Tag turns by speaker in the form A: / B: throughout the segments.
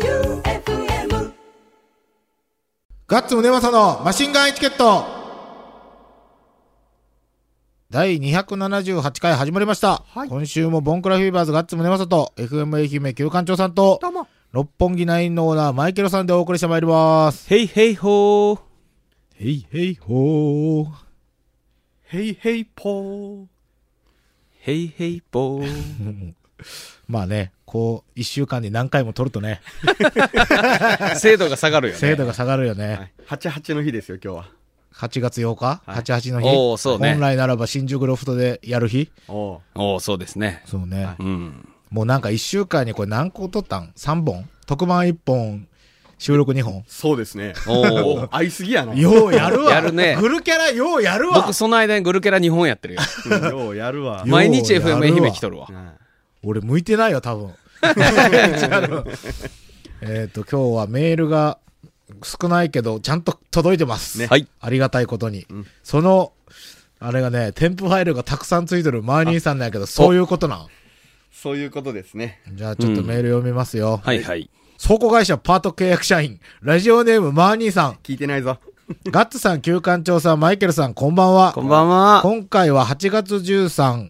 A: J-O-E-U-F-M
B: ガッツムネマソのマシンガンエチケット第278回始まりました、
C: はい
B: 今週もボンクラフィーバーズガッツムネマソと FM 愛媛旧館長さんと
C: どうも。
B: 六本木ナインのオーナーマイケルさんでお送りしてまいります
D: ヘイヘイホー。
B: へいへいほー
C: ヘイヘイポー。
D: ヘイヘイポー。
B: まあねこう一週間に何回も撮るとね
D: 精度が下がるよね。
B: 精度が下がるよね、
D: はい
C: 88の日ですよ、今日
B: 8月8日、
D: はい
B: 88の日
D: おーそうね
B: 本来ならば新宿ロフトでやる日
C: は。おう
D: おおそうですね。
B: そうね、
C: はい
D: うん。
B: もうなんか1週間にこれ何個撮ったん ?3 本特番1本、収録2本。
C: そうですね。
D: おー
C: う合いすぎやな。
B: ようやるわ。
D: やるね
B: グルキャラようやるわ
D: 僕、。その間にグルケラ日本やってるよ。
C: うんようやるわ。
B: よ
D: 毎日
B: やるわ
D: FM 愛媛来とるわ
C: う。ん
B: 俺向いてないよ、多 分。えっと、今日はメールが少ないけど、ちゃんと届いてます。
D: ねはい
B: ありがたいことに。その、あれがね、添付ファイルがたくさんついてるマーニーさんなんやけど、そういうことなん。
C: そういうことですね。
B: じゃあちょっとメール読みますよ。
D: はいはい。
B: 倉庫会社パート契約社員、ラジオネームマーニーさん。
C: 聞いてないぞ。
B: ガッツさん、旧館長さん、マイケルさん、こんばんは。
D: こんばんは。
B: 今回は8月13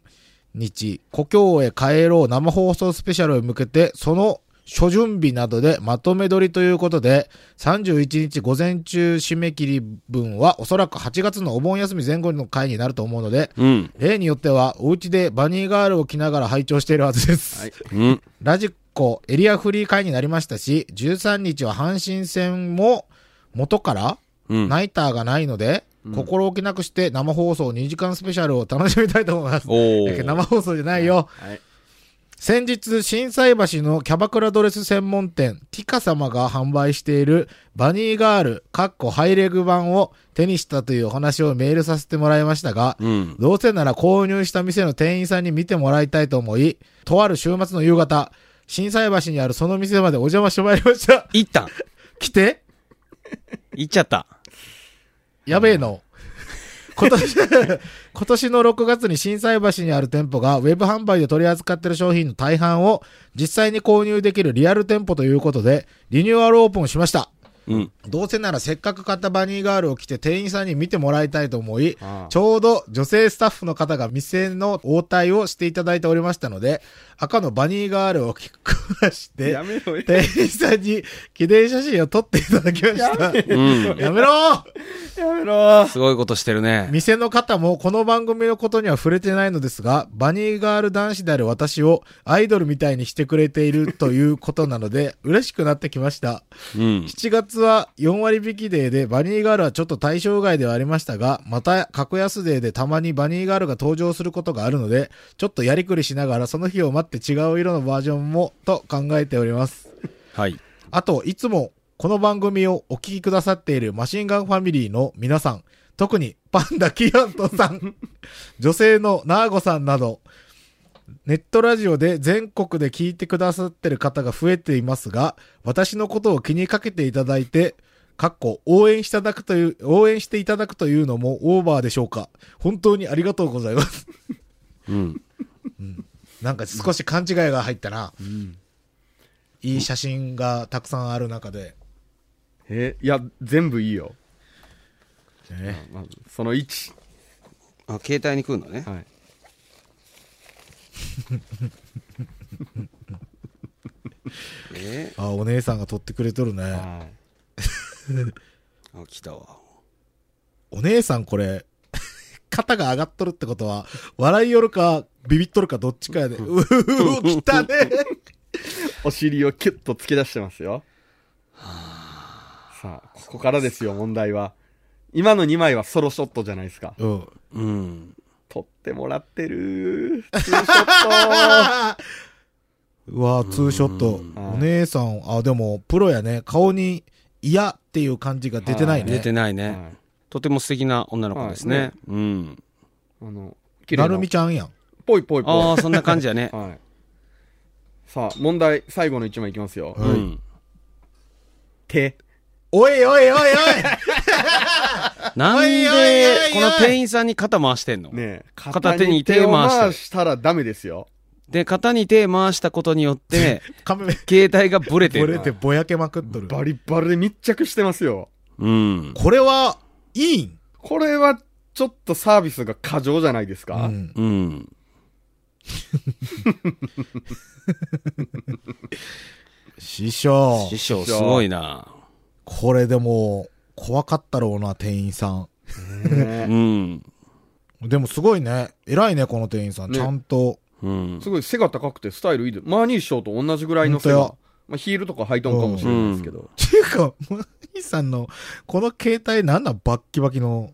B: 日、故郷へ帰ろう生放送スペシャルへ向けて、その諸準備などでまとめ撮りということで、31日午前中締め切り分はおそらく8月のお盆休み前後の回になると思うので、
D: うん。
B: 例によってはお家でバニーガールを着ながら拝聴しているはずです。
C: はい。
D: うん。
B: ラジコエリアフリー会になりましたし、13日は阪神戦も元から
D: うん。
B: ナイターがないので、心置きなくして生放送2時間スペシャルを楽しみたいと思います。
D: おお
B: だけど生放送じゃないよ。
C: はい。
B: 先日、心斎橋のキャバクラドレス専門店、ティカ様が販売しているバニーガール、カッコハイレグ版を手にしたというお話をメールさせてもらいましたが、
D: うん。
B: どうせなら購入した店の店員さんに見てもらいたいと思い、とある週末の夕方、心斎橋にあるその店までお邪魔してまいりました。
D: いったん。
B: 来て
D: いっちゃった。
B: やべえの。今年、 今年の6月に心斎橋にある店舗がウェブ販売で取り扱っている商品の大半を実際に購入できるリアル店舗ということで、リニューアルオープンしました。
D: うん。
B: どうせならせっかく買ったバニーガールを着て店員さんに見てもらいたいと思い
C: ああ、
B: ちょうど女性スタッフの方が店の応対をしていただいておりましたので、赤のバニーガールを着こなして
C: や、めろよ。
B: 店員さんに記念写真を撮っていただきました。
D: うん。
B: やめろー
C: やめろ。
D: すごいことしてるね。
B: 店の方もこの番組のことには触れてないのですが、バニーガール男子である私をアイドルみたいにしてくれているということなので、嬉しくなってきました。
D: うん。
B: 7月は4割引きデーで、バニーガールはちょっと対象外ではありましたが、また格安デーでたまにバニーガールが登場することがあるので、ちょっとやりくりしながらその日を待って違う色のバージョンもと考えております。
D: はい。
B: あと、いつもこの番組をお聞きくださっているマシンガンファミリーの皆さん、特にパンダキアントさん、 女性のナーゴさんなど、ネットラジオで全国で聞いてくださってる方が増えていますが、私のことを気にかけていただいて、かっこ応援していただくという、応援していただくというのもオーバーでしょうか。本当にありがとうございます。
D: うん。
B: なんか少し勘違いが入ったな。いい写真がたくさんある中で。
C: え、いや、全部いいよ。
B: ね
C: まず、その1。
D: あ、携帯に来るのね。
C: はい。
D: え
B: あ、お姉さんが撮ってくれとるね。
C: はい
D: ー、あ、来たわ。
B: お姉さんこれ、 肩が上がっとるってことは、笑いよるか、ビビっとるかどっちかやで。うー、来たね。
C: お尻をキュッと突き出してますよ。さあ、ここからですよ、問題は。今の2枚はソロショットじゃないですか。
B: うん。
D: うん。
C: 撮ってもらってるー。ツーショッ
B: うわツーショット。お姉さん、あ、でも、プロやね。顔に、嫌っていう感じが出てないね。
D: 出てない
C: ト。
D: ね
C: はい。
D: とても素敵な女の子です
C: は
D: ね
C: い。
D: うん。
C: あの、綺麗
B: な
C: な
B: るみちゃんやん。
C: ぽいぽいぽい。。
D: ああ、そんな感じやね
C: はい。さあ、問題、最後の1枚いきますよ。
D: うん。
C: 手。
B: おいおいおいおい
D: なん
B: おいおいおいお
D: で
B: い、
D: この店員さんに肩回してんの
C: ねえ
D: 片手に手を回して
C: 片手に手を回したらダメですよ。
D: で、肩に手回したことによって、
B: カメ
D: 携帯がブレて
B: こ
D: る。
B: れでぼやけまくっとる。
C: バリバリで密着してますよ。
D: うん。
B: これは、いいん
C: これは、ちょっとサービスが過剰じゃないです
B: う
C: か、
B: ん。
D: うん。
B: 師匠。
D: 師匠、すごいな。
B: これでも、怖かったろうな、店員さん。
D: う
C: ね
D: ん。
B: でもすごいね。偉いね、この店員さん。
C: ね
B: ちゃんと。
D: うん
C: す。ごい背が高くてスタイルいいで、マーニー師匠と同じぐらいの背
B: ほんと
C: が
B: よ。
C: まあ、ヒールとか履いたんかもしれないですけど。
B: っていうか、マニーさんの、この携帯なんなんバッキバキの。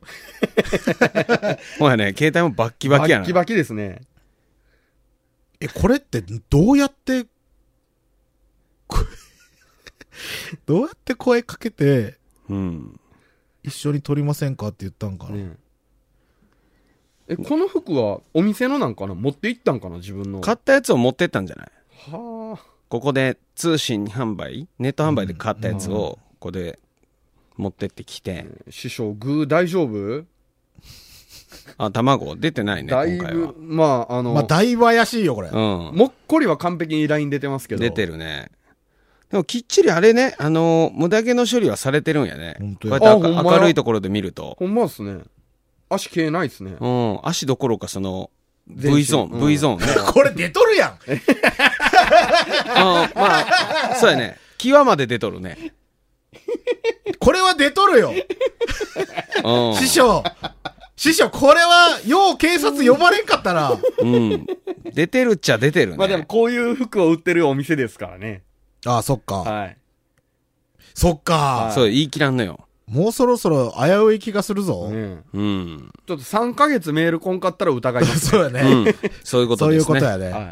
D: ほやね、携帯もバッキバキや
C: バッ
D: な。
C: キバキですね。
B: え、これってどうやって、こどうやって声かけて、
D: うん。
B: 一緒に撮りませんかって言ったんかな。
C: ねえ、この服はお店のなんかな持って行ったんかな自分の。
D: 買ったやつを持ってったんじゃない
C: はあ。
D: ここで通信販売ネット販売で買ったやつを、ここで持ってってきて、
C: 師匠、グー大丈夫
D: あ、卵出てないね、
C: だい
D: 今回
C: ぶ、まあ、あの、
B: まあ、だいぶ怪しいよ、これ。
D: は。うん。
C: もっこりは完璧にライン出てますけど。
D: 出てるね。でもきっちりあれね、あのー、無駄毛の処理はされてるんやね。
B: ほん
D: ことう
B: や
D: やって
C: あほ
D: 明
C: んまや
D: 明るいところで見ると。
C: ほんまっすね。足消えないですね。
D: うん。足どころかその、
C: 全身
D: V ゾー
C: う
D: ン、
C: ん
D: V ゾーンね。
B: これ出とるやん
D: あまあ、そうやね。際まで出とるね。
B: これは出とるよ
D: うん。
B: 師匠師匠、これは、よう警察呼ばれんかった な。
D: うん。出てるっちゃ出てるね。
C: まあでも、こういう服を売ってるお店ですからね。
B: ああ、そっか。
C: はい。
B: そっか、
D: そう、言い切らんのよ。
B: もうそろそろ危うい気がするぞ。
C: ね
D: うん。
C: ちょっと3ヶ月メールこんかったら疑います。
B: そうやね、
D: うん。そういうこと
B: そうい
D: で
B: う
D: す
B: こ
D: ね。
B: とやね。
C: は
D: は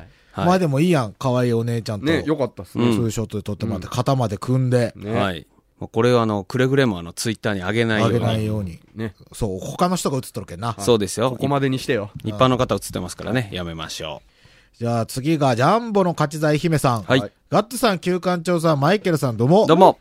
D: い
B: まあでもいいやん。可愛いお姉ちゃん
C: い。
B: と。
C: ね、よかったっす
D: う
C: ね。
D: ん
B: ツーショットで撮ってもらって、肩まで組んで、
C: ね。
D: はい。まあこれはあの、くれぐれもあの、ツイッターに上げないよ
B: あ
D: う
B: げ
D: に。
B: ないように。
C: ね。
B: そう、他の人が映っとるけんな。
D: そうですよ。
C: ここまでにしてよ。
D: 一般の方映ってますからね、やめましょ
B: じゃあ次が、ジャンボの勝ち財姫さん。
D: はいはい
B: ガッツさん、旧館長さん、マイケルさん、どうも。
D: う。どうも。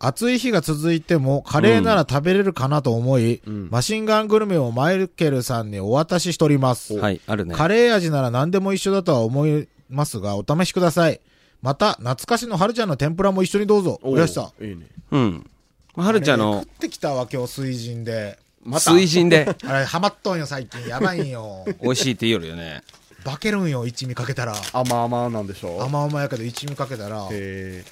B: 暑い日が続いても、カレーなら食べれるかなと思い、
C: ん
B: マシンガングルメをマイケルさんにお渡ししております。
D: はい、あるね。
B: カレー味なら何でも一緒だとは思いますが、お試しください。また、懐かしの春ちゃんの天ぷらも一緒にどうぞ。
C: おう
B: おやした。
C: いいね。
D: うん。まあはるちゃん
B: あれ
D: の
B: ね、食ってきたわ、今日、水神で。また。
D: 水神で
B: あれ、ハマっとんよ、最近。やばいんよ。
D: 美味しいって言うよるよ ね。
B: 化けるんよ、一味かけたら。
C: 甘々なんでしょ
B: 甘々やけど、一味かけたら。
C: へ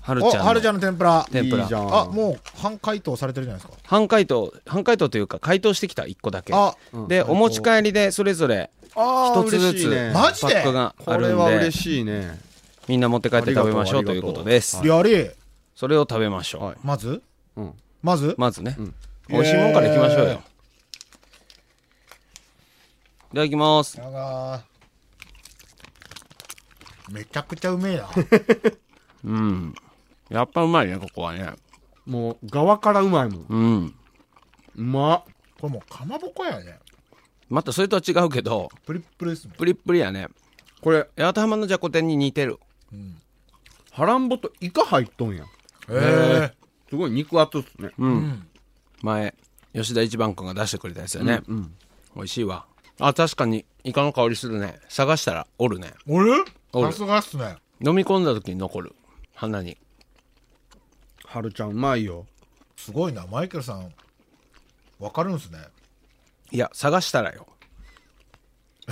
D: はる
B: お、
D: ちゃんの。
B: 春ちゃんの天ぷら。
C: え。
D: 天ぷら
C: いいじゃん。
B: あ、もう、半解凍されてるじゃないですか。
D: 半解凍、半解凍というか、解凍してきた、一個だけ。
B: あ、
D: で、お持ち帰りで、それぞれ、
C: あー
D: 一つず
C: 嬉しいね
D: つ、
B: マ
D: パ
B: ジで
D: ックが
C: こ
D: あ
C: れ
D: る
C: は
D: んで
C: 嬉、しいね。
D: みんな持って帰って食べましょう
C: あ
D: とい
C: り
D: う
C: がと
D: こ
C: う
D: とです。
B: やり。
D: それを食べましょ
C: は
D: う
C: い。
B: まず
C: うん。
B: まず
D: まずね
C: うん、
D: 美味しいもんからいきましょう
B: イエー
D: よ
B: イ。
D: いただきます。
B: やがーめちゃくちゃうめえ な。
D: うん。やっぱうまいね、ここはね。
C: もう、側からうまいもん。
D: うん。
C: うま
B: これもうかまぼこやね。
D: またそれとは違うけど、
B: プリップリですね。
D: プリップリやね。
C: これ、
D: 八幡浜のじゃこ天に似てる。
C: ハランボとイカ入っとんや。
B: え
C: すごい肉厚っすね。
D: 前、吉田一番君が出してくれたやつだね。美味しいわ。あ、確かに、イカの香りするね。探したら、おるね。
B: えー。
D: お
B: 俺
D: る
B: さすがっすね。
D: 飲み込んだ時に残る。鼻に。
C: ハルちゃんうまいよ。
B: すごいな、マイケルさん。わかるんすね。
D: いや、探したらよ。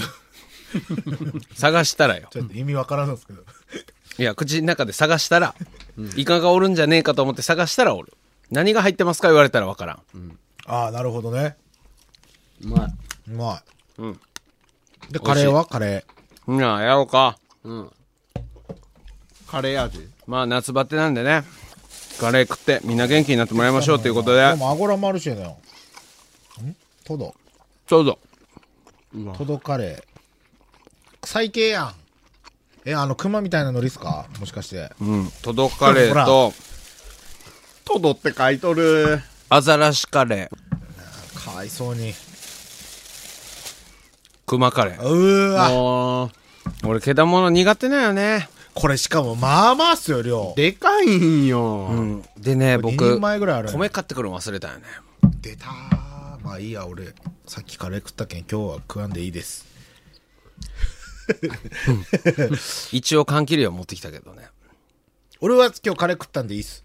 D: 探したらよ。
B: ちょっと意味わからんですけど。
D: いや、口の中で探したら、イカがおるんじゃねえかと思って探したらおる。何が入ってますか言われたらわからん。
B: ああ、なるほどね。
C: うまい。
B: うまい。
D: うん。
B: で、カレーはカレ
D: うん、やろうか。
C: うん。カレー味。
D: まあ、夏バテなんでね。カレー食って、みんな元気になってもらいましょうということで
B: ー。で。も、アゴラマルシェだよ。んトド。
D: ちょうど。
C: うわ
B: ト。ドカレー。最系やん。え、あの、熊みたいなのリスかもしかして。
D: うん。トドカレーと、
C: トドって書いとる。
D: アザラシカレー、
B: かわいそうに。
D: クマカレー。
B: うーわ。
C: あ
D: 俺、毛玉苦手なんよね。
B: これしかも、まあまあっすよ、量。
C: でかいんよ。
D: うん。でね、
B: これ
D: 僕、
B: 二人前ぐらいある
D: 米買ってくるの忘れたよね。
B: 出たーまあいいや俺さっきカレー食ったけん今日は食わんでいいです
D: 一応缶切りは持ってきたけどね。
B: 俺は今日カレー食ったんでいいっす。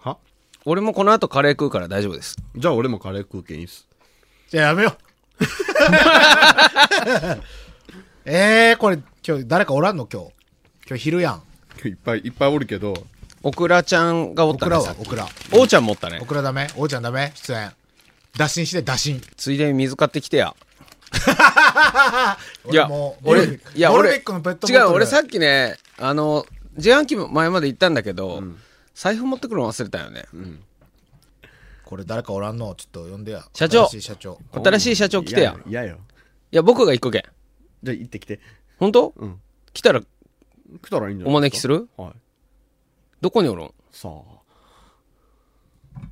C: は
D: 俺もこの後カレー食うから大丈夫です。
C: じゃあ俺もカレー食うけんいいっす。
B: じゃあやめ よう。えー、これ今日誰かおらんの今日。今日昼やん。
C: 今日いっぱいいっぱいおるけど、
D: オクラちゃんがおっ
B: オ
D: た
B: ク
D: ね
B: ラ
D: さ
B: は
D: っき
B: オクラ。
D: おうちゃん持ったね
B: オ。クラダメおうちゃんダメ出演。打診して打診。
D: ついでに水買ってきてや。い
B: 俺
D: や
B: も、
D: 俺、
B: ボル
D: いや、
B: ボル
D: 俺、
B: ベックのペットボト
D: 違
B: ル
D: う、俺さっきね、あの、自販機も前まで行ったんだけど、財布持ってくるの忘れたよね。
B: これ誰かおらんのちょっと呼んでや。
D: 社長
B: 新しい社長。
D: 新しい社長来てや。
C: いやよ。
D: いや、僕が行個けん。
C: じゃあ行ってきて。
D: 本当
C: うん。
D: 来たら、
C: 来たらいいんじゃな
D: お
C: い
D: 招きする
C: はい。
D: どこにおるん
C: さあ。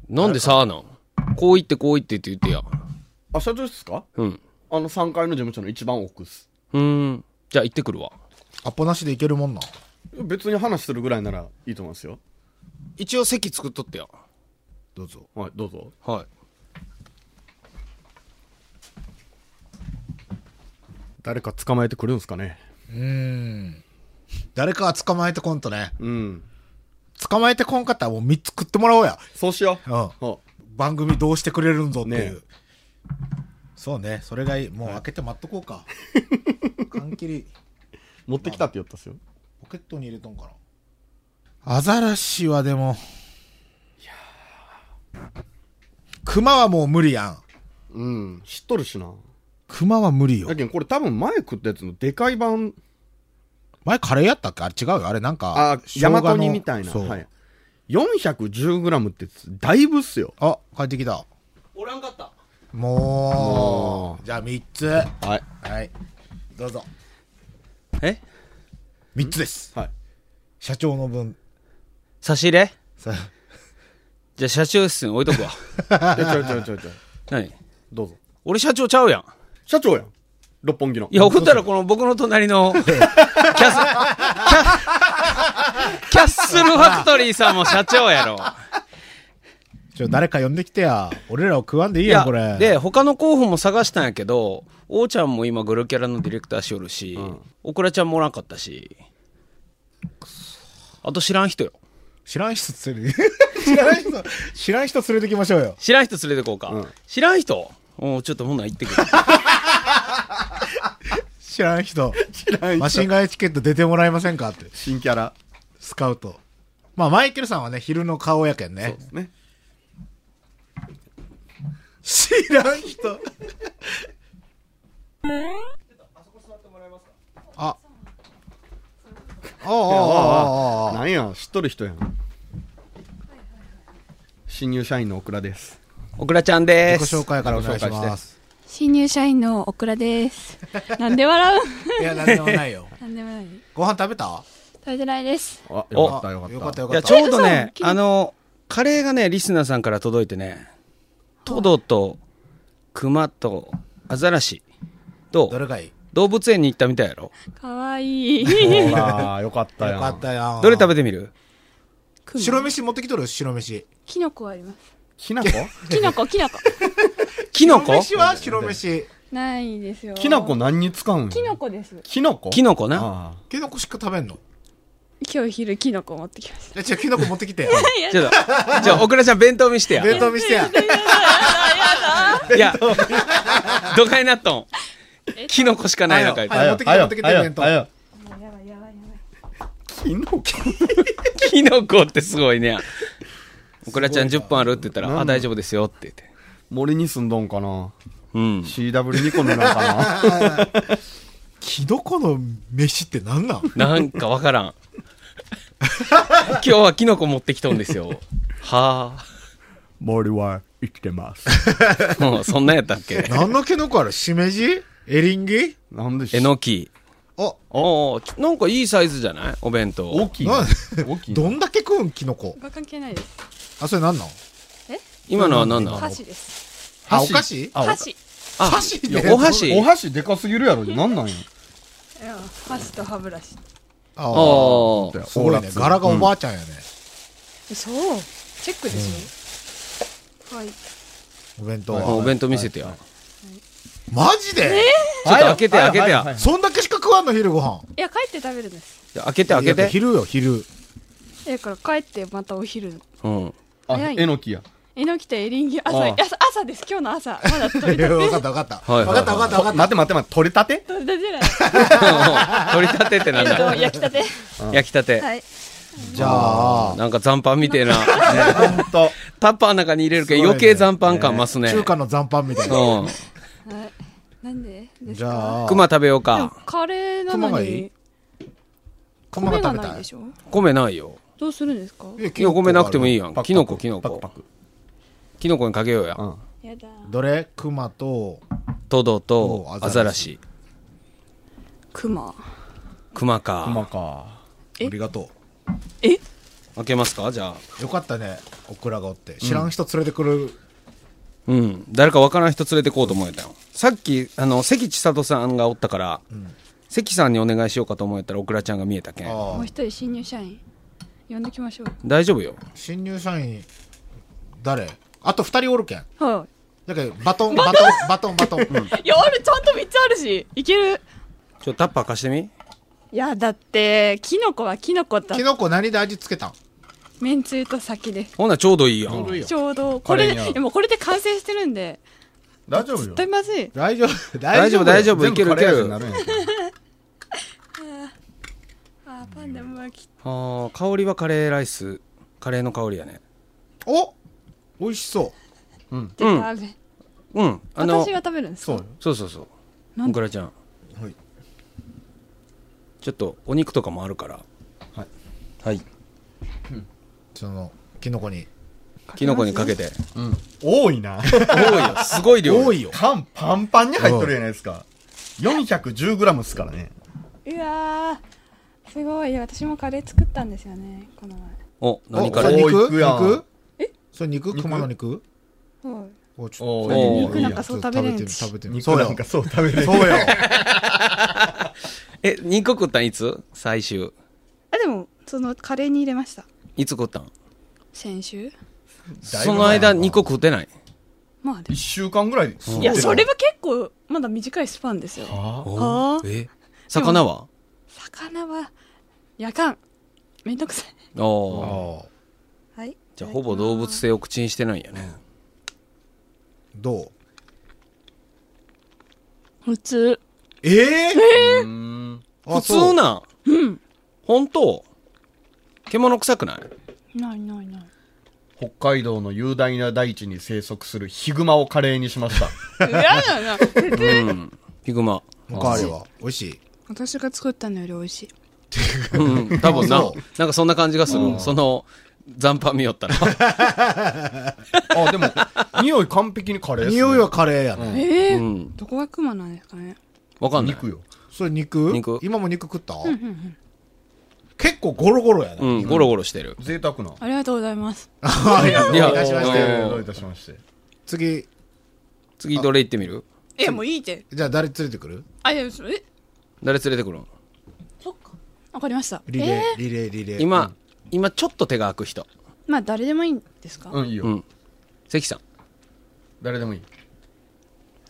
D: なんでさあなんこう言ってこう言ってって言ってや。
C: あ、社長室っすか
D: うん。
C: あの3階の事務所の一番奥っす。
D: うーん。じゃあ行ってくるわ。
B: アポなしでいけるもんな。
C: 別に話するぐらいならいいと思いますよ。
D: 一応席作っとってや。
B: どうぞ。
C: はい、どうぞ。
D: はい。
C: 誰か捕まえてくるんすかね。
B: うーん。誰かは捕まえてこんとね。
C: うん。
B: 捕まえてこんかったらもう3つ食ってもらおうや。
C: そうしよう。
B: うん
C: お
B: 番組どうしてくれるんぞっていう。
C: ね
B: そうね。それがいい。もう開けて待っとこう か。缶切り、
C: 持ってきたって言ったっすよ。
B: ポケットに入れとんかな。アザラシはでも。クマはもう無理やん。
C: うん。知っとるしな。
B: クマは無理よ
C: だ。けどこれ多分前食ったやつのでかい版、
B: 前カレーやったっけあれ違うよ。あれなんか。
C: あ、
B: 生
C: ヤ
B: 姜の
C: マト煮みたいな。
B: そう。
C: はい。410g ってだいぶっすよ。
B: あ、帰ってきた。
D: おらんかった。
B: も
C: も
B: う。じゃあ3つ。
C: はい。
B: はい。どうぞ。
D: え
B: 3つです。
C: はい。
B: 社長の分。
D: 差し入れ
B: さ
D: じゃあ社長室に置いとく わ。
C: えちょいちょいちょいちょい。
D: 何
C: どうぞ。
D: 俺社長ちゃうやん。
C: 社長やん。六本木の。
D: いや、送ったらこの僕の隣の、キャス、キャキャッスルファクトリーさんも社長やろ。
B: ちょ、誰か呼んできてや。俺らを食わんでいい
D: い
B: やん、これ。
D: で、他の候補も探したんやけど、王ちゃんも今グルキャラのディレクターしおるし、オクラちゃんもおらんかったし、あと知らん人よ。
B: 知らん人連れて、 知らん人、知らん人連れてきましょうよ。
D: 知らん人連れてこうか。
C: うん
D: 知らん人おうちょっとほんなら行ってくる。
B: 知らん人。
C: らん人
B: マシンガンエチケット出てもらえませんかって、
C: 新キャラ。
B: スカウト。まあ、マイケルさんはね、昼の顔やけんね。
C: ね。
B: 知らん人。あ。ああ、ああ、ああ、ああ。
C: なんや、知っとる人やん。新入社員のオクラです。
D: オクラちゃんで
B: 自
D: す。
B: 己紹介からお願いし
C: ご紹介
B: ま
C: し
B: す。
E: 新入社員のオクラ です。なんで笑
B: いや、なんでもないよ。
E: うなんでもない。
B: ご飯食べた
E: 食べてないです。
C: あ、よ
D: お
C: かったよかった。
B: よかったよ
D: い
B: か
D: や、
B: っ
D: ち
B: た。
D: ょうどね、
E: え
D: あの、カレーがね、リスナーさんから届いてね、トドと、クマと、アザラシと
B: ど、れがいい
D: 動物園に行ったみたいやろ。
E: かわい い。
C: ほら、よかったやん。
B: よかったやん。
D: どれ食べてみる
E: クマ
B: 白飯持ってきとる白飯。
E: キノコあります。
C: きなこ
E: キノコ、キノコ。
D: キノコ
B: 白飯は白飯。
E: ないですよ。
C: きなこ何に使うん
E: キノコです。
C: きのこ
D: キノコな。
C: あ
B: キノコしか食べんの
E: 今日昼キノコ持ってきまし
B: いや、違う、キノコ持ってきて。
D: ちょっと、じゃあ、オクラちゃん弁当見してや。
B: 弁当見せてや。
D: いや、どかいなっとん。キノコしかないのかい。
C: あ。
B: はい持ってきて
C: あよ
B: 持ってきて
C: あよ
B: 弁当
C: あよ
E: た。やばいやばいや
C: きのこ
D: キノコってすごいね。オクラちゃん10分あるって言ったら、あ、大丈夫ですよって言って。
C: 森に住んどんかな
D: うん
C: ?CW2 個のなん かな
B: キノコの飯ってなんなん
D: なんかわからん。今日はキノコ持ってきとんですよ。は
C: 森は生きてます。
D: あ。もうそんなんやったっけ
B: 何のキノコあるしめじエリンギ
C: なんでし
D: えのき。
B: あ、
D: おおなんかいいサイズじゃないお弁当。
C: 大きい
B: な
C: な
B: ん
C: 大きいな
B: どんだけ食うんキノコ
E: い。。関係ないです。
B: あ、それなんなん
E: え
D: 今のは何なの
E: 箸です。
B: あ、お
C: 箸
B: 菓子
C: あお
E: 箸。い
D: あ
B: 箸
D: いやお箸
C: お箸でかすぎるやろ。なんなんや。
E: や、箸と歯ブラシ。
B: あ
D: あー
B: ーすごいね。柄がおばあちゃんやね。
E: そう。チェックですよ。はい。
B: お弁当
D: あお
B: は。
D: 弁当見せてよ。
B: マジで
D: ちょっと開けて
C: はい
D: 開けて
C: はい
D: や
C: はい
B: そんだけしか食わんの昼ご飯
E: いや、帰って食べるんです。
D: 開けて開け
B: いや
D: て
B: 昼よ 昼
E: だから帰ってまたお昼。
D: うん
C: あ
E: 早い
C: えのきや
E: えのきとエリンギ、朝、
D: ああ
E: 朝朝です。今日の朝。まだ取
B: い
E: り
B: や
E: 立て。
B: 分かった分かった
D: はい
B: 分
D: は
B: か
D: い
B: った分かった分か
C: 待
B: っ
C: って
B: た
C: 待って待って取れたて
E: 取り立てじゃない。
D: 取り立てってなん
E: えっと、
D: だ
E: 焼きたて。
D: 焼きたて
E: はい。
B: じゃあ
D: なんか残飯みてえ な
C: 本当
D: タッパーの中に入れるけど
B: すごい
D: 余
B: ね
D: 計残飯感増すね
B: 中華の残飯みたいな
D: う
E: は
D: ん
E: い。なんでです
B: じ
E: か
B: ゃあ
D: 熊食べよう
E: でも
D: か
E: カレーな
B: 熊
E: の
B: がいい
E: に、
B: 熊
E: 米が
B: が食
E: な
B: べた
E: い
B: い
E: でしょ
D: 米ないよ
E: どうするんですか
B: いや
D: いや米なくてもいいや
B: ん
D: ん
C: パクパク
D: キノコキノ
C: パクパ
D: コキノコにかけようや
C: うん
E: やだ。
B: どれ熊と
D: トド
B: お
D: と
B: う
D: アザラシ
E: 熊。
D: クマか
C: 熊か
B: あ
E: え
B: りがと
E: え
D: 開けますかじゃあ
B: うよかったねオクラがおって知らん人連れてくる
D: うん誰かわからん人連れてこうと思えたよさっきあの関千里さんがおったから関さんにお願いしようかと思えたらオクラちゃんが見えたけん
B: あ
E: も
B: あ
E: う一人新入社員。呼んできましょう。
D: 大丈夫よ
B: 新入社員誰あと2人おるけん
E: は
B: だけどバトンバトンバトンバトン
E: い。いや、ある、ちゃんと3つあるし。いける。
D: ちょタッパー貸してみ
E: いや、だって、キノコはキノコだ
B: キ。ノコ何で味付けたん
E: めんつゆと先で。
D: ほなちょうどいいや
B: ちょうんどいいよ
E: ちょうど、これ
C: カレーに合
E: で、
C: う
E: でもこれで完成してるんで、
C: 大丈夫よ
E: 絶対まずい。
B: 大丈夫
D: 大丈夫大丈夫いけるいける
C: なるんや
E: あー、パンダもき
D: あー香りはカレーライスカレーの香りやね
B: お美味しそ
E: って食べ。
D: うんあの
E: 私が食べるんです
C: そう
E: か
C: よ
D: そうそうそう
E: なん
D: オクラちゃん
B: うはい
D: ちょっとお肉とかもあるから
C: はい
D: はい
B: そのキノコに
D: キノコにかけて
C: 多いな
D: 多いよすごい量
B: 多いよ
C: 缶パンパンに入っとるじゃないですか 410g っすからね
E: うわーすごいいや私もカレー作ったんですよねこの前
D: お何か
B: お
D: ら
B: それ
C: お
B: 肉
C: いくやん
B: 肉それ肉熊の肉
E: はい
B: おち
C: お
B: ょ
C: ー
B: それ
D: いい
B: いい
D: ね
B: よ
D: 肉
E: なんかそう食べれん
B: ちょっと
E: し
B: 食べてみ
C: 肉
B: 食べてみそ
C: なん
B: う
C: か
B: よ
C: そう食べれる
B: そうよ
D: え肉食ったんいつ最終
E: あでもそのカレーに入れました
D: いつ食ったん
E: 先週
D: その間肉食ってない
E: まあで
C: 1
E: も
C: 週間ぐらい
E: いやそれは結構まだ短いスパンですよ
C: は
D: お
E: あー
D: え魚は
E: 魚は夜間めんどくさい
D: あー
B: ああ
E: はい
D: じゃあほぼ動物性を口にしてないんやね
B: どう
E: 普通
B: ええ
D: 普通
B: な
D: なん本当獣臭くない
E: ないないない
C: 北海道の雄大な大地に生息するヒグマをカレーにしました
E: 嫌だ な
D: うんヒグマ
B: おかわりは美味しい
E: 私が作ったのより美味しい
D: うん、多分な
B: そう、
D: なんかそんな感じがする。その、残飯見よったら。
C: あでも匂い完璧にカレーっすね
B: 匂いはカレーやね
E: ええ
D: うん。
E: どこがクマなんですかね
D: わかんない。
C: 肉よ
B: それ肉
D: 肉
B: 今も肉食った結構ゴロゴロや
D: う
B: ね
D: ん、ゴロゴロしてる。
C: 贅沢な
E: ありがとうございます
B: ああいや
D: い
B: ど
D: や
B: ういたしまし
D: うん
B: て
C: えーどういたしまして
B: 次
D: 次どれ行ってみる
E: えもういいって
B: じゃあ誰連れてくる
E: あいやそえ
D: 誰連れてくるん
E: そっかわかりました
B: リレーリレーリレー
D: 今、今ちょっと手が空く人。
E: まあ誰でもいいんですか、
C: うんいいよ、
D: うん。関さん。
C: 誰でもいい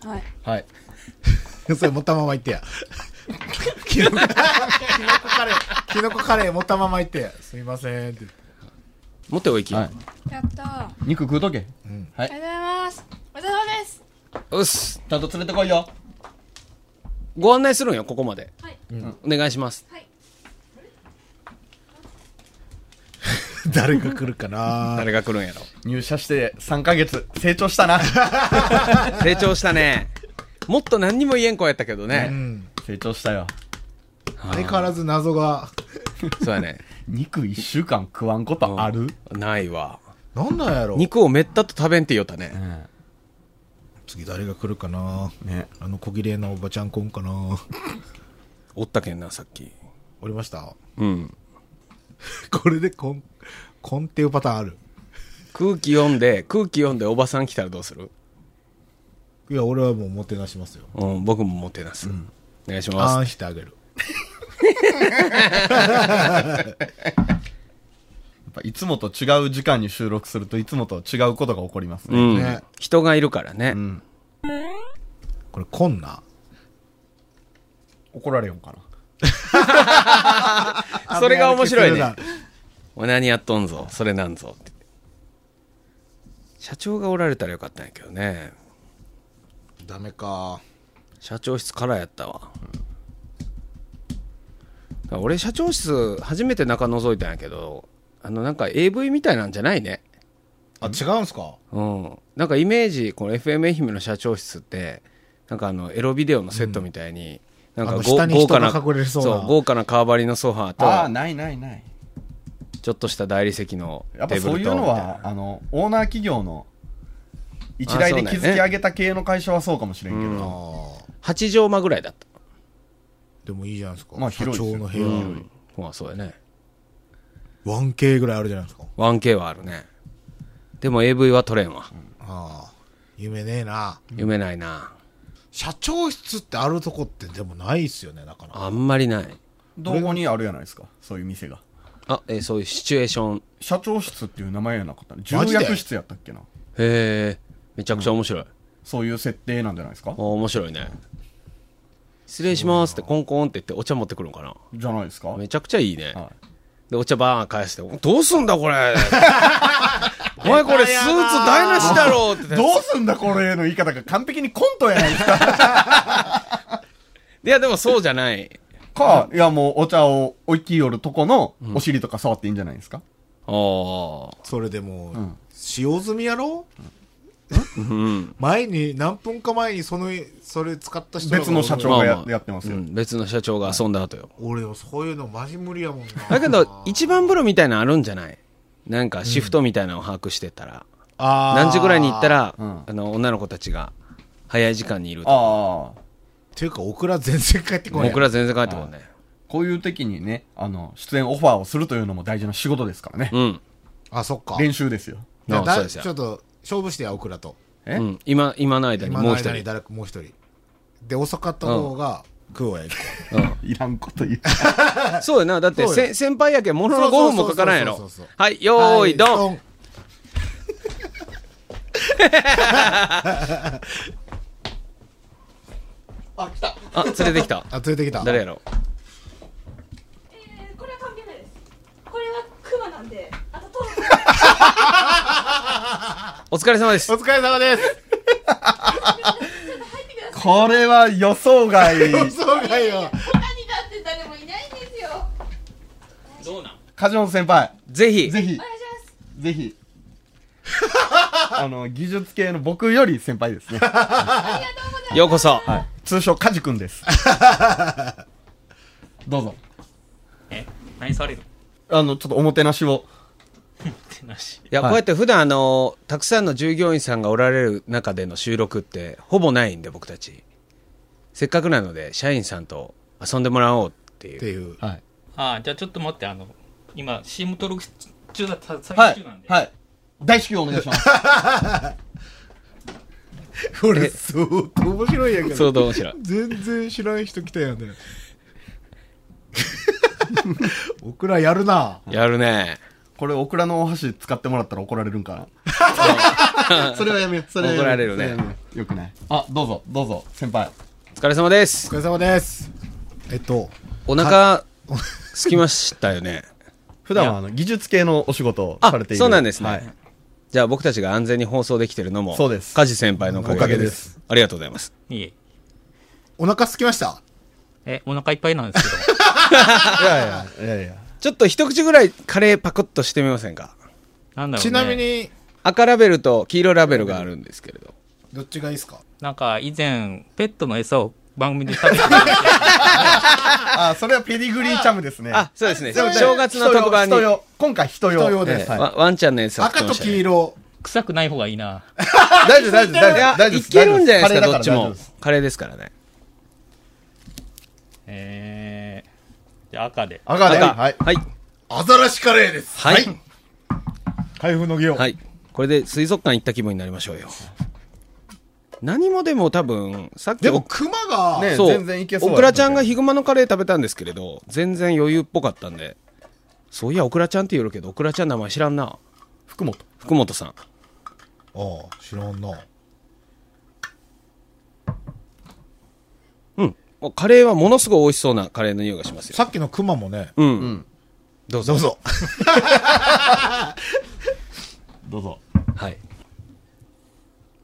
E: はい
C: はい
B: それ持ったままいってや。キノコカレー、 キノコカレー持ったままいってや。すみませんって。
D: 持っておいき。
C: はい
E: やったー
C: 肉食うとけ
E: ありがとうございますお疲れ様です
D: うっす。
C: ちゃんと連れてこいよ
D: ご案内するんよ、ここまで。
E: はい
D: うんお願いします。
B: 誰が来るかな
D: 誰が来るんやろ。
C: 入社して3ヶ月成長した な
D: 成長したね。もっと何にも言えん子やったけど
B: う
D: ね。
B: ん。
C: 成長したよ
D: は
B: 相
D: あ
B: 変わらず謎が。
D: そうやね。
C: 肉1週間食わんことある、
D: ないわ。
B: なんなんやろ
D: 肉をめったと食べんって言おったね。
B: 次誰が来るかな
C: ね
B: あの小綺麗なおばちゃんこんかな
D: おったけんな、さっき。
B: おりました
D: うん。
B: これでこん、 こんっていうパターンある。
D: 空気読んで、空気読んでおばさん来たらどうする
B: いや、俺はもうもてなしますよ。
D: うん、僕ももてなす。お願いし
B: あ
D: ま
B: ー
D: す。
B: んしてあげる。
C: やっぱいつもと違う時間に収録するといつもと違うことが起こります
D: う
C: ね、
D: ん
B: ね。
D: 人がいるからね。
C: ん
B: これ、こんな。
C: 怒られよんかな。
D: それが面白いね
B: あのやる気する
D: お前何やっとんぞそれなんぞって社長がおられたらよかったんやけどね
B: なダメか。
D: 社長室からやったわ、だから俺社長室初めて中覗いたんやけどあのなんか AV みたいなんじゃないね
B: あ、違うんすか
D: うんなんかイメージこの FM 愛媛の社長室ってなんかあのエロビデオのセットみたいに、なん
B: あ
D: か
B: の
D: ご
B: 下に
D: 豪
B: 人
D: 華
B: が
D: な
B: 隠れそうな
D: そう豪華なカーバリのソファ
C: ああ、
D: ーと
C: ないないない。
D: ちょっとした大理石のテー
C: や
D: ブ
C: っぱ
D: ルと
C: そういうの
D: みたいな
C: は、あの、オーナー企業の一代で築き上げた系の会社はそうかもしれんけ
B: あ
C: ど、
B: あ。
D: 8畳間ぐらいだった
B: でもいいじゃないですか。
C: まあ
B: 社
C: 広いで
B: 長
C: すよ
B: の部屋。
D: うんまあそうやね
B: 1K ぐらいあるじゃないですか。
D: 1K はあるねでも AV は取れんわ、
B: ああ。夢ねえな。
D: 夢ないな
B: 社長室ってあるとこってでもないっすよね、なかなか。
D: あんまりない
C: どこにあるやないですか、そういう店が。
D: あ、えーそういうシチュエーション
C: 社長室っていう名前やなかったね重
B: マジで
C: 役室やったっけな。
D: へえめちゃくちゃ面白い、あ
C: そういう設定なんじゃないですか
D: 面白いね失礼しますってコンコンって言ってお茶持ってくるんかな
C: じゃないですか
D: めちゃくちゃいいね、
C: は
D: でお茶バーン返して「どうすんだこ れ! 」お前これスーツ台無しだろって
C: どうすんだこれの言い方が完璧にコントやないですか
D: いやでもそうじゃない
C: か、いやもうお茶を置きよるとこのお尻とか触っていいんじゃないですか、
D: ああ
B: それでもう、
C: ん
B: 使用済みやろ
D: うん
B: 前に、何分か前にその、それ使った人らが
C: 別の社長
D: まあ
C: がや,、
D: まあ
C: やってますよ、
D: うん別の社長が遊んだ後よ、
B: 俺よ、そういうのマジ無理やもんな。
D: だけど一番風呂みたいなのあるんじゃないなんかシフトみたいなのを把握してたら、
B: あー
D: 何時ぐらいに行った。ら、
C: うん
D: あの女の子たちが早い時間にいると
C: ああ
B: ていうか、オクラ全然帰ってこない。
D: 僕ら全然帰ってこんね
C: こういう時にねあの出演オファーをするというのも大事な仕事ですからね、
D: うん
B: あ、そっか。
C: 練習ですよ
B: じゃあ
D: あ
B: だ
D: そうですよ
B: ちょっと、勝負してや、オクラと。
C: え、
D: うん、今今の間に
B: 今
D: も
B: の
D: う一人
B: 間に誰かもう一人。で、遅かった方が、クオや一個
C: いらんこと言う
D: そうやなだって
B: そうよ
D: せ先輩やけんものの5分もかからんや
B: そう
D: ろ
B: そうそうそうそう
D: はいよーいドン、
B: ン
D: あ連れてきた
B: あ、連れてきた。
D: 誰やろ
E: えーこれは関係ないですこれはクマなんであとトーン
D: お疲れ様です
B: お疲れ様です。
C: これは 予想外
B: そうかよ。
E: 他にだって誰もいないんですよ
C: 梶本先輩
D: ぜひ
C: ぜひ
E: お願いします
C: ぜひあの技術系の僕より先輩ですね、
D: ようこそ、
C: はい、通称梶君 ですどうぞ
F: え何される
C: あのちょっとおもてなしを
F: ってなし
D: いや、
C: はい
D: こうやって普段あのたくさんの従業員さんがおられる中での収録ってほぼないんで僕たちせっかくなので社員さんと遊んでもらおうっていう
B: っていう。
C: はい
F: ああじゃあちょっと待ってあの今 CM 登録中だった最
C: は
F: 中なん
C: い
F: で、
C: はい大至急お願いします
B: これ、相当面白いやけ
D: 相
B: ど。
D: 当面白い
B: 全然知らん人来たやんね。オクラやるな。
D: やるね
C: これオクラのお箸使ってもらったら怒られるんかな それはやめようそれはやめよう
D: 怒られるね
C: そはやめようよくないあどうぞどうぞ先輩
D: お疲れ様です
B: お疲れ様です。えっと、
D: お腹すきましたよ ね
C: 普段はあの技術系のお仕事を
D: あ
C: されている
D: そうなんですね、
C: はい
D: じゃあ僕たちが安全に放送できてるのも
C: そうです
D: 梶先輩のおかげです
C: おかげです
D: ありがとうございます
F: いえ
B: お腹すきました
F: えお腹いっぱいなん ですけど
C: いやいやいやいや
D: ちょっと一口ぐらいカレーパクッとしてみませんか
F: なんだろう、ね、
B: ちなみに、
D: 赤ラベルと黄色ラベルがあるんですけれど
B: どっちがいいですか
F: なんか以前ペットの餌を番組で食べて
C: あそれはペディグリーチャムですね
D: あそうですね
C: でもね
D: 正月の特番に
C: 人用人用今回人用
B: 人用です
C: ええはい
D: わワンちゃんのやつを
B: 赤と黄色。
F: 臭くない方がいいな
C: 大丈夫大丈夫
D: いや
C: 大丈夫大丈夫
D: いけるんじゃないですかど
C: カレーだら
D: っち
C: 大丈夫
D: も
C: です
D: カレーですからね
F: えー、じゃあ赤で
C: 赤で
D: 赤
C: はい
D: はい
B: アザラシカレーです。
D: はい
B: 開封の儀を。
D: はいこれで水族館行った気分になりましょうよ何もでも多分さっき
B: でも、クマが、
C: ね
D: そう
C: 全然いけそうだ
D: オクラちゃんがヒグマのカレー食べたんですけれど全然余裕っぽかったんでそういやオクラちゃんって言うけどオクラちゃん名前知らんな
C: 福本
D: 福本さん
B: ああ、知らんな。
D: おカレーはものすごい美味しそうなカレーの匂いがしますよ。
B: さっきのクマもね、
D: うん。
C: うん。
D: どうぞ。
B: どうぞ。
C: どう ぞ。
D: はい。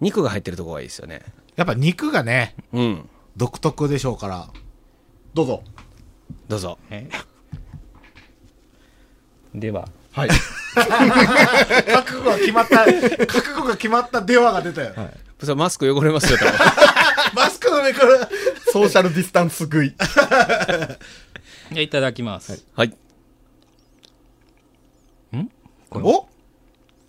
D: 肉が入ってるとこがいいですよね。
B: やっぱ肉がね、
D: うん。
B: 独特でしょうから。
C: どうぞ。
D: どうぞ。
F: えでは
C: はい。
B: 覚悟が決まった、覚悟が決まった電話が出たよ。
D: それマスク汚れますよ、多分
B: マスクの上から、
C: ソーシャルディスタンス食い。
F: じゃあいただきます、
D: はい。
B: お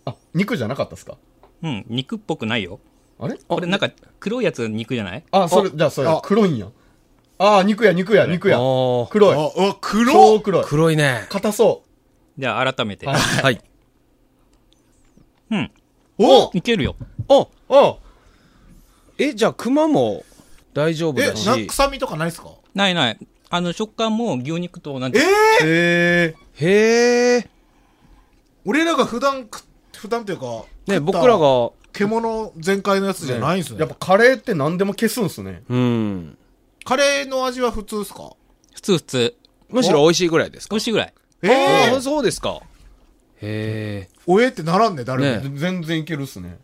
C: あ、肉じゃなかったですか
F: うん肉っぽくないよ
C: あれ
F: これなんか黒いやつ肉じゃない
C: あ、それ、じゃあそれ
B: あ、
C: 黒いんや。あー、肉や、肉や、肉や。
D: おー
C: 黒
B: あ
C: い。
B: うわ、
C: 超
B: 黒
C: 黒い。
D: 黒いね。
C: 硬そ
F: じゃあ改めて、
C: はい
D: はい。
F: うん
B: お
F: いけるよ
D: お
C: う。うん。
D: え、じゃあ熊も大丈夫
B: え
D: だ、し。
B: な臭みとかないですか
F: ないないあの食感も牛肉と同じ
B: ええ
C: へえ。
D: へえ。
B: 俺らが普段食、普段というか、
D: ね、僕ら。が、
B: 獣全開のやつじゃないんすね。
C: やっぱカレーって何でも消すんすね。
D: うん。
B: カレーの味は普通っすか
F: 普通普通
D: むしろ美味しいぐらいですか
F: 美味しいぐらい
B: え
D: あ
B: え
D: ーそうですか。へ
B: おえってならんね、誰も。
D: ね
C: 全然いけるっすね。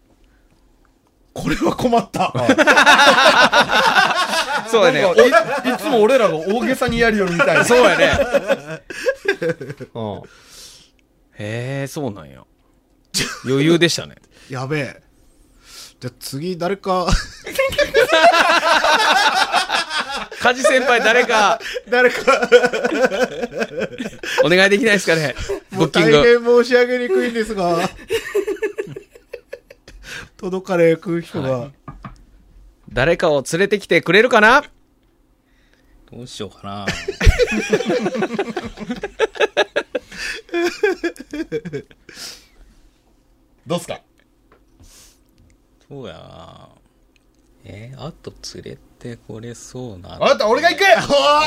B: これは困った。
D: え。そうだね。
C: なんかいいつも俺らが大げさにやるよみたいな。
D: そうやね。
C: うん。
D: へえ、そうなんや。余裕でしたね。
B: やべえ。じゃあ次誰か、
D: カジ先輩 誰か、
B: 誰か、
D: お願いできないですかね。ブ
B: も
D: ッ
B: う
D: キン
B: 大
D: グ。
B: 変申し上げにくいんですが、届かれく人が、
D: 誰かを連れてきてくれるかな
F: どうしようかな
C: どうっすか
F: そうやなえー、あと連れてこれそうな
C: あなた、俺が行く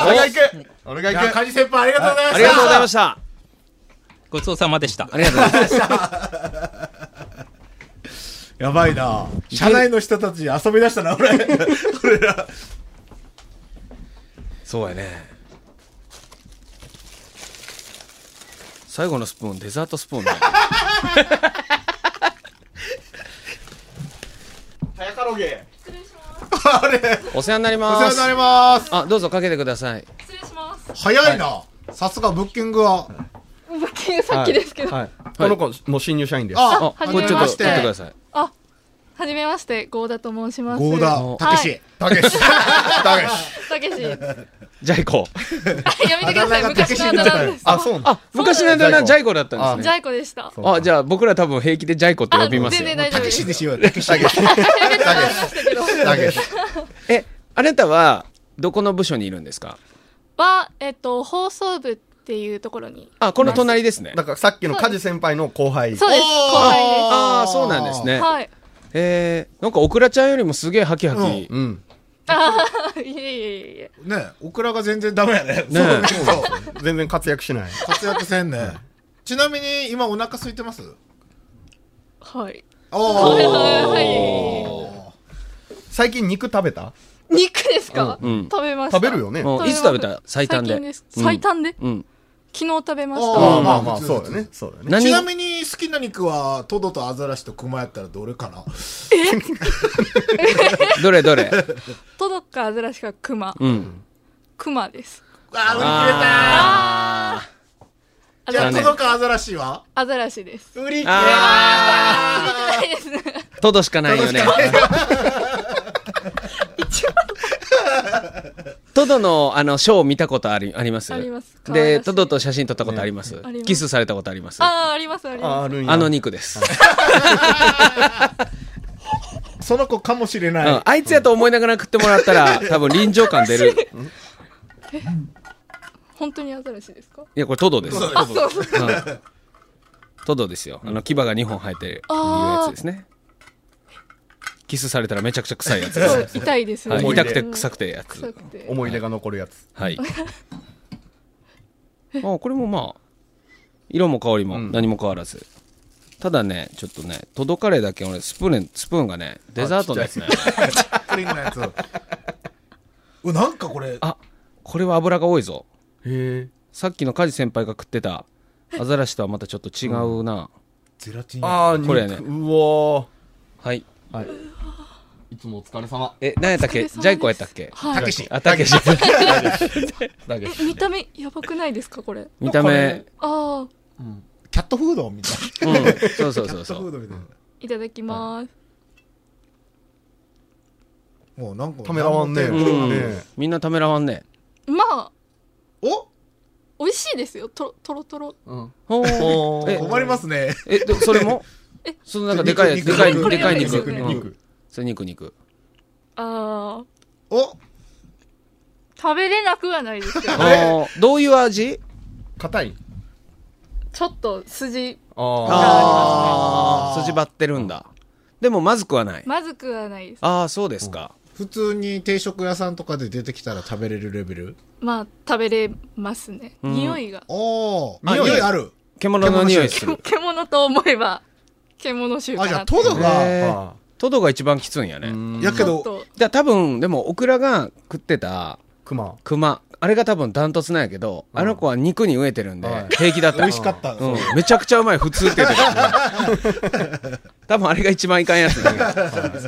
C: 俺が行く俺が
B: い
C: 行
B: や、
C: く
B: カジ先輩ありがとうございま
D: あ
B: し
D: り
B: た。
D: がとうございました。
F: ごちそうさまでした
D: ありがとうございます。
B: やばいな社内の人たち遊び出したな、俺。俺ら。
D: そうやね。最後のスプーン、デザートスプーンだ。
C: 早かろうげ。
E: 失礼します
B: あれ、
D: お世話になり
B: お
D: ま
B: 世話
D: す
B: に。なります。
D: あ、どうぞかけてください。
E: 失礼します
B: 早いな、さすがブッキングは。
E: 物件 さっきですけど、
C: はい。この子、もう新入社員で
B: あ、
C: す。
D: あ、
E: はじ
D: こ
E: め
D: れちょっ
E: ま
D: と
E: して
D: 取ってください。
E: あはじめましてゴーダと申します
B: ゴー
D: は
B: ダ、
D: い
B: たけし。たけ し。たけし。
E: たけしやめて
D: ジャイコ。
E: ください
B: あだ名がたけ
E: 昔
B: し
E: のあだ名です
C: あ、そうなんだ。
D: 昔の間なジャイコだったんです
E: ジャ
D: ね。
E: イコでした
D: あ、じゃあ僕ら多分平気でジャイコって呼びます
E: 全
D: よ。
E: 然大丈
B: た
E: 夫
B: け
E: で
B: し
E: す
B: にしようよ。たけし。
E: やめてもらいましたけど
C: だけど
D: え、あなたはどこの部署にいるんですか
E: はえっと放送部っていうところに
D: あ、この隣ですね。
C: だからさっきの梶先輩の後輩。
E: そうです後輩
D: ああ、そうなんです
E: で
D: ね
E: す。はい
D: えー、なんかオクラちゃんよりもすげえハキハキ。
C: うん。
E: い えいえいえ
B: ねオクラが全然ダメやね。
D: ね
B: そうそうそう。
C: 全然活躍しない。
B: 活躍せんね。ちなみに、今お腹空いてます
E: はい
B: お
E: はいは
B: ー。
E: い
C: 最近肉食べた
E: 肉ですか、
D: うん
E: 食べました
C: 食べるよね。
D: もういつ食べた最短で
E: 最近です。最短で、
D: うん。
E: 昨日食べました
B: あー
C: まあま
B: まあ
C: あ、
B: 普通
C: そうだね。そうだね。
D: 何
B: ちなみに好きな肉は、トドとアザラシとクマやったらどれかな
D: どれどれ
E: トドかアザラシかクマ
D: うん。
E: クマです
B: あー、売り切れたーじゃあ、ト
D: 残念
B: ドかアザラシは
E: アザラシです
B: 売り切れ
D: あ
E: ないですね
D: ー、トドしかないよね。トドの、あの、ショー見たことあり、あります
E: あります可愛らし
D: で、
E: い
D: トドと写真撮ったことあります
E: あります
D: キスされたことありますあ
E: ああありますあり
C: あ
E: ま
C: あ
E: す
C: るんや。
D: の肉です。
B: その子かもしれ
D: うん
B: ない。
D: あいつやと思いながら食ってもらったら、多分臨場感 出る。
E: 本当にアザラシですか
D: いや、これトドです。
E: あそうそう
D: うんトドですよ。あの、牙が2本生えてる
E: あー
D: やつですね。キスされたらめちゃくちゃ臭いやつです。
E: そう痛いですよ
D: は
E: ね、
D: い、
C: 思い出
D: 痛くて臭くてや
E: 臭
D: つ
E: く。て
C: 思い出が残るやつ。
D: はい。あこれもまあ、色も香りも
C: うん
D: 何も変わらず。ただね、ちょっとね、トドカレーだけ俺、スプーン、スプーンがね、デザートのやつね。
B: プリンのやつ。うわなんかこれ、
D: あこれは油が多いぞ
C: へえ
D: さっきの梶先輩が食ってたアザラシとはまたちょっと違うな、
B: ゼラチン。
C: ああ
D: これやね
C: 肉うわ
D: はい
C: ーはいいつもお疲れ様
D: え、何やったっけ
G: お疲れ様です
D: ジャイコやったっけ
G: はい
B: たけし。
D: あ、たけし。
C: だけど
G: え見た目やばくないですかこれ
D: 見た目。
G: ああ
B: キャットフードみたいな。
D: うん。そうそうそう
B: キャット
D: そ
B: フー
D: う。
B: ドみたいな。
G: いただきます、
B: もうなんか。
C: ためらわんね
D: う
C: うんね。
D: みんなためらわんね。
G: まあ
B: お
G: 美味しいですよとろとろとろ
C: うん
D: ほ
C: お
D: ー
C: ー
D: え
B: 困りますね。
D: え、でそれも
G: え
D: そのなんかでかいやつ、
B: 肉
D: でかい、
B: 肉
D: でかい肉。
G: 肉
D: う
G: 肉
D: んそれ肉肉。
G: ああ
B: お
G: 食べれなくはないですけど
D: あーどういう味
C: 硬い
G: ちょっと筋
C: あ
D: ああ、筋張ってるんだ。でもまずくはない。
G: まずくはないです
D: ああ、そうですか。
B: 普通に定食屋さんとかで出てきたら食べれるレベル
G: まあ食べれますね、
D: うん
G: 匂いが
B: おー。
C: あ
B: 匂いある。
D: 獣の匂いする。
G: 獣と思えば獣臭か
B: あ、
G: な
B: じゃあ、
G: って
B: トドが、
D: へー
C: あ
D: トドが一番きついんやね。
C: ー
B: やけ
G: ちょっ
B: ど、
G: と
D: じゃあ多分、でもオクラが食ってた、
C: クマ
D: 熊あれが多分ダントツなんやけど、あの子は肉に飢えてるんで、
C: はい
D: 平気だった
B: 美味しかった。
D: うん、めちゃくちゃうまい普通って言ってた多分あれが一番いかんやつだね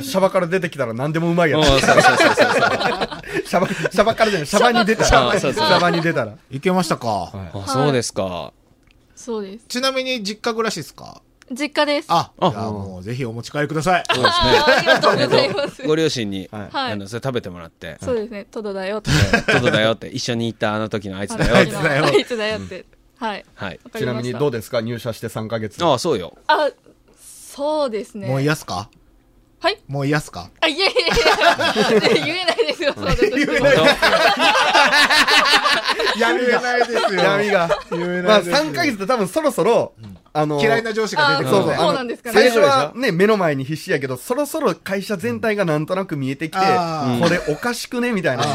C: シャバから出てきたら何でもうまいや
D: うん
C: つ
D: そうそうそうそう
C: シャバシャバからじゃないシャバに出たら
D: シャバ
C: シ
D: そうそう
C: ャバに出たら
B: いけましたか。
C: はい
D: あそうですか
G: そうです
B: ちなみに、実家暮らしですか
G: 実家です
B: あ、
D: あ
B: じゃあもう、ぜひお持ち帰りください。
D: そうですね
G: あーありがとうございます
D: ご両親に、
C: はい
G: はい
D: あのそれ食べてもらって
G: そうですねトドだよと
D: 「トドだよ」って一緒に行ったあの時のあいつだよ
G: あ
D: っ
G: いつ
D: て
G: だよあいつだよってはい
D: はい
G: わか
C: ち
G: り
C: な
G: ま
C: み
G: し
C: に
G: た
C: どうですか入社して3ヶ月
D: ああそう よ
G: あそうですね
B: もう癒すか
G: はい
B: もう癒すか
G: あ いやいやいや言えないですよそうだとしても
C: 闇が
B: ないですよ
C: 闇がまあ3ヶ月で多分そろそろあの
B: 嫌いな上司が
G: あ
B: 出て
G: ー
B: くる
C: そう
B: の
C: そ
B: で
C: うあ
G: そ
C: の
G: うなんですか
C: 最
G: ね
C: 初はね目の前に必死やけどそろそろ会社全体がなんとなく見えてきて
B: あー
C: これおかしくねみたいな
B: あ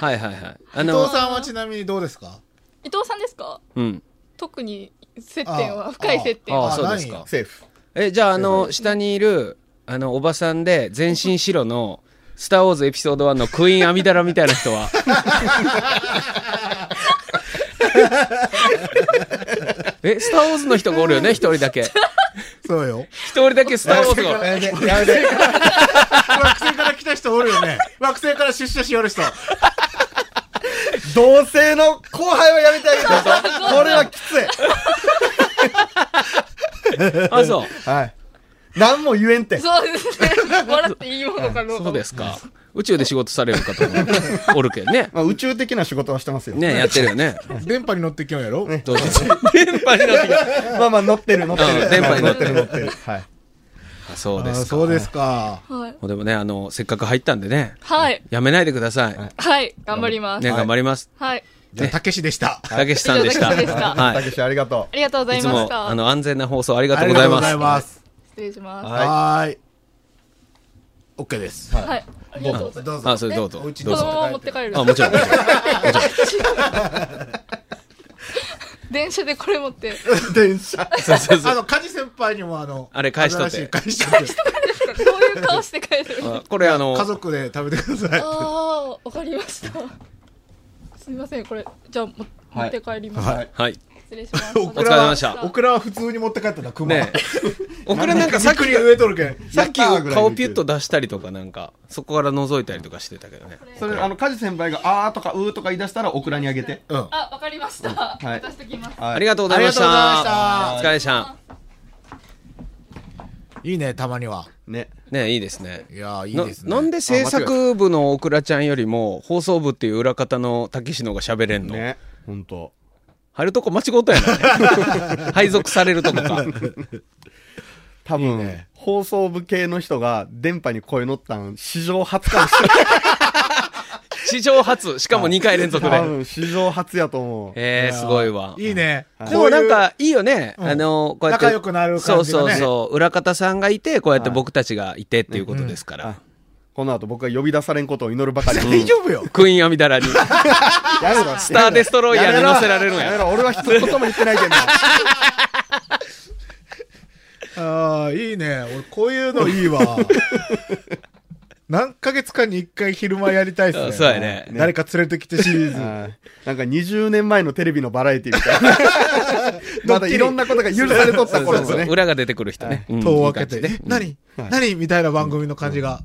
D: はいはいはいあ
B: ー伊藤
D: の
B: さんはちなみにどうですか
G: 伊藤さんですか
D: うん
G: 特に接点
B: あ
G: は深い接点
D: あ
G: は
D: あそうですか
C: セーフ
D: えじゃああの下にいるあのおばさんで全身白の「スター・ウォーズ」エピソード1のクイーン・アミダラみたいな人 はえスター・ウォーズの人がおるよね一人だけ
B: そうよ。
D: 一人だけスター・ウォーズが
C: やめてやめて
B: 惑星から来た人おるよね。惑星から出社しよる人。
C: 同性の後輩はやめてあげてこれはきつい
D: あそう
C: はい何も言えんて
G: そうですね笑っていいものかどうか
D: そう
G: も
D: ですか宇宙で仕事されるかと思うおるけどね
C: まあ宇宙的な仕事はしてますよ
D: ねやってるよね
B: 電波に乗ってきよんやろ
D: どうぞ 電波に乗ってきた
C: まあまあ乗ってる乗って
D: うん
C: る
D: 電波に乗ってる
C: 乗ってるはい
D: あそう
B: あ
D: で
B: ー
D: すか
B: そうですか。
G: はい
D: でもねあのせっかく入ったんでね
G: はい
D: やめないでください
C: は
D: ね
C: い
G: はい頑張ります
D: 頑張ります
G: はい
B: じゃあ、たけしでした。
D: たけしさんでした
G: 以上たけしでした
D: はい
C: たけしありがと
G: ありがとうござ
D: い
G: い
D: つ
G: まし
D: も
G: た
D: あの安全な放送ありがとうございます。
B: ます。
G: 失礼します
C: はい
B: はーい。オッケーです。
G: はいありがとうございます
B: どうぞ。
D: あ、それどうぞ。
B: お家に
D: どう
G: この
D: ぞ。
G: まま持って帰る
D: あ、もちろん。もちろん
G: 電車でこれ持 って
C: う電車
D: そうそうそう
B: あの、梶先輩にもあの、
D: あれ返しとって
B: 新い返しとって。
G: どういう顔して帰る
D: あこれあの
B: 家、族で食べてください。
G: ああわかりましたすみませんこれじゃあも持って帰ります、
C: はい
D: はい。
G: 失礼します
D: お疲れ様でした
B: オクラは普通に持って帰ったな、熊。
D: ねえ。オクラなんかさっ
B: び
D: き、
B: っくり植えとるけん。
D: さっき
C: やったーぐらい
D: 顔ピュッと出したりとかなんか、そこから覗いたりとかしてたけどね。
C: それあの梶先輩が「あ」とか「う」とか言い出したらオクラにあげて
B: うん。
G: あわかりました、
C: はい
G: 渡してきます
C: は
D: ありがとうございまし
B: あ
D: た。お
C: りがとうございました
D: 疲れでした。
B: いいね、たまには。
C: ね
D: ねいいですね。
B: いやーいい
D: な
B: ですね。
D: なんで制作部のオクラちゃんよりも、放送部っていう裏方のたけしの方が喋れんの
C: ね本当
D: 入るとこ間違ったやな。配属されるとこか。
C: 多分放送部系の人が電波に声乗ったん史上初かもし れない
D: 史上初、しかも2回連続で
C: 多。分史上初やと思う
D: えー、すごいわ。
B: いいね。
C: はい
D: でもなん
B: こ
D: か、いいよね。
B: うん
D: あの、こうやって。
B: 仲良くなる感じがね
D: そうそうそう。裏方さんがいて、こうやって僕たちがいてっていうことですから。
C: あこの後僕が呼び出されんことを祈るばか り
B: ういう、大丈夫よ。
D: クイーンアミダラに、ス
C: やめろス
D: ターデストロイヤーに乗せられるん
C: やめ
D: や。
C: ろ俺は一言も言ってないけ ど
B: ああ、いいね。俺、こういうのいいわ。何ヶ月かに一回昼間やりたいっすね。
D: そうやね。
B: 誰か連れてきてシリーズ。
H: あーなんか20年前のテレビのバラエティみ たいな。まだいろんなことが許されとった頃ですね。
D: 裏が出てくる人ね。うん
B: 戸を開けて、
D: いい
B: え
D: 感、じね
B: 何何みたいな番組の感じが。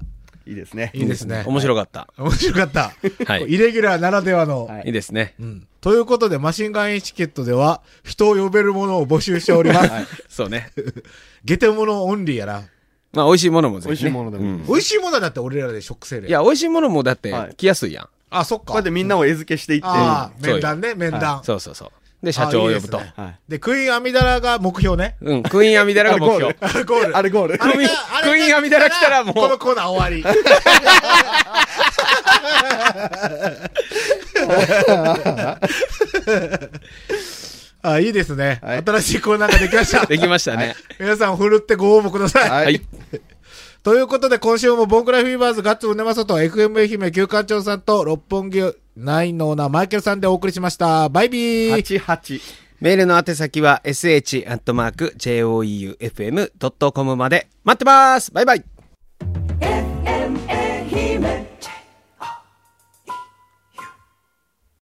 H: いいですね。
B: いいですね。
D: 面白かった。
B: 面白かった。
D: はい
B: イレギュラーならではの。
H: はい
D: いいですね。
B: うん。ということで、マシンガンエチケットでは、人を呼べるものを募集しております。
D: そうね。
B: ゲテモノオンリーやら。
D: まあ、美味しいものもぜひ、
H: 美味しい
D: ね。
H: ものでも
D: うん
B: 美味しいものはだって俺らで食せる
D: いや、美味しいものもだって
H: はい、
D: 来やすいやん。
B: あ、そっ
H: こ
B: か。
H: うやってみんなを餌付けしていって、
B: ああ、
D: そうよ
B: 面談ね、面談。
D: そうそうそう。で、社長を呼ぶと。
B: あいいですね
H: はい
B: で、クイーンアミダラが目標ね。
D: うん、クイーンアミダラが目標。
B: あゴール。
H: あれゴール。
B: あれが
D: クイーン
B: あれが
D: クイーンアミダラ来たらもう
B: このコーナー終わり。 あ、いいですね。
H: はい
B: 新しいコーナーができました。
D: できましたね。
B: 皆さん、ふるってご応募ください。
H: はい
D: はい。
B: ということで、今週もボンクラフィーバーズガッツムネマソと FM 愛媛旧館長さんと六本木ナインのオーナーマイケルさんでお送りしました。バイビー
H: 88。
D: メールの宛先は sh.joeufm.com まで待ってますバイバイ